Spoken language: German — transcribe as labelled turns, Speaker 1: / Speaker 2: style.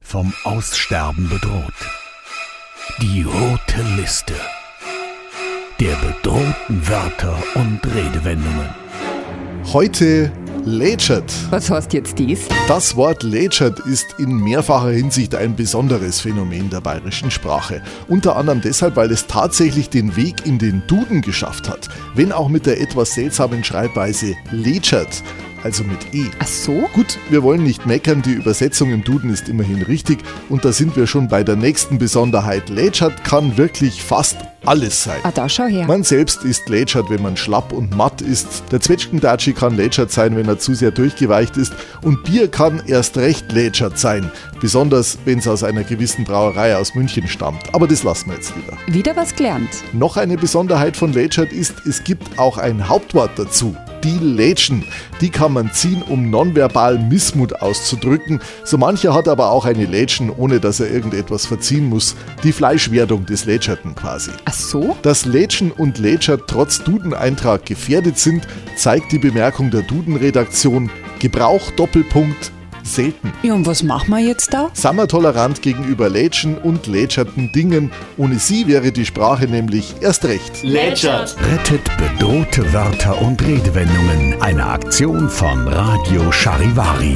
Speaker 1: vom Aussterben bedroht. Die rote Liste der bedrohten Wörter und Redewendungen.
Speaker 2: Heute lätschert.
Speaker 3: Was heißt jetzt dies?
Speaker 2: Das Wort lätschert ist in mehrfacher Hinsicht ein besonderes Phänomen der bayerischen Sprache. Unter anderem deshalb, weil es tatsächlich den Weg in den Duden geschafft hat. Wenn auch mit der etwas seltsamen Schreibweise lätschert, also mit E.
Speaker 3: Ach so?
Speaker 2: Gut, wir wollen nicht meckern, die Übersetzung im Duden ist immerhin richtig und da sind wir schon bei der nächsten Besonderheit. Lätschert kann wirklich fast alles sein.
Speaker 3: Ah, da schau her.
Speaker 2: Man selbst ist lätschert, wenn man schlapp und matt ist. Der Zwetschgendatschi kann lätschert sein, wenn er zu sehr durchgeweicht ist. Und Bier kann erst recht lätschert sein. Besonders, wenn es aus einer gewissen Brauerei aus München stammt. Aber das lassen wir jetzt lieber.
Speaker 3: Wieder was gelernt.
Speaker 2: Noch eine Besonderheit von Lätschert ist, es gibt auch ein Hauptwort dazu. Die Lätschen. Die kann man ziehen, um nonverbal Missmut auszudrücken. So mancher hat aber auch eine Lätschen, ohne dass er irgendetwas verziehen muss. Die Fleischwerdung des Lätscherten quasi.
Speaker 3: Ach so?
Speaker 2: Dass Lätschen und Lätscher trotz Duden-Eintrag gefährdet sind, zeigt die Bemerkung der Duden-Redaktion Gebrauch Doppelpunkt selten.
Speaker 3: Ja, und was machen wir jetzt da?
Speaker 2: Sind wir tolerant gegenüber Lätschen und lätscherten Dingen. Ohne sie wäre die Sprache nämlich erst recht.
Speaker 4: Lätschert.
Speaker 1: Rettet bedrohte Wörter und Redewendungen. Eine Aktion von Radio Charivari.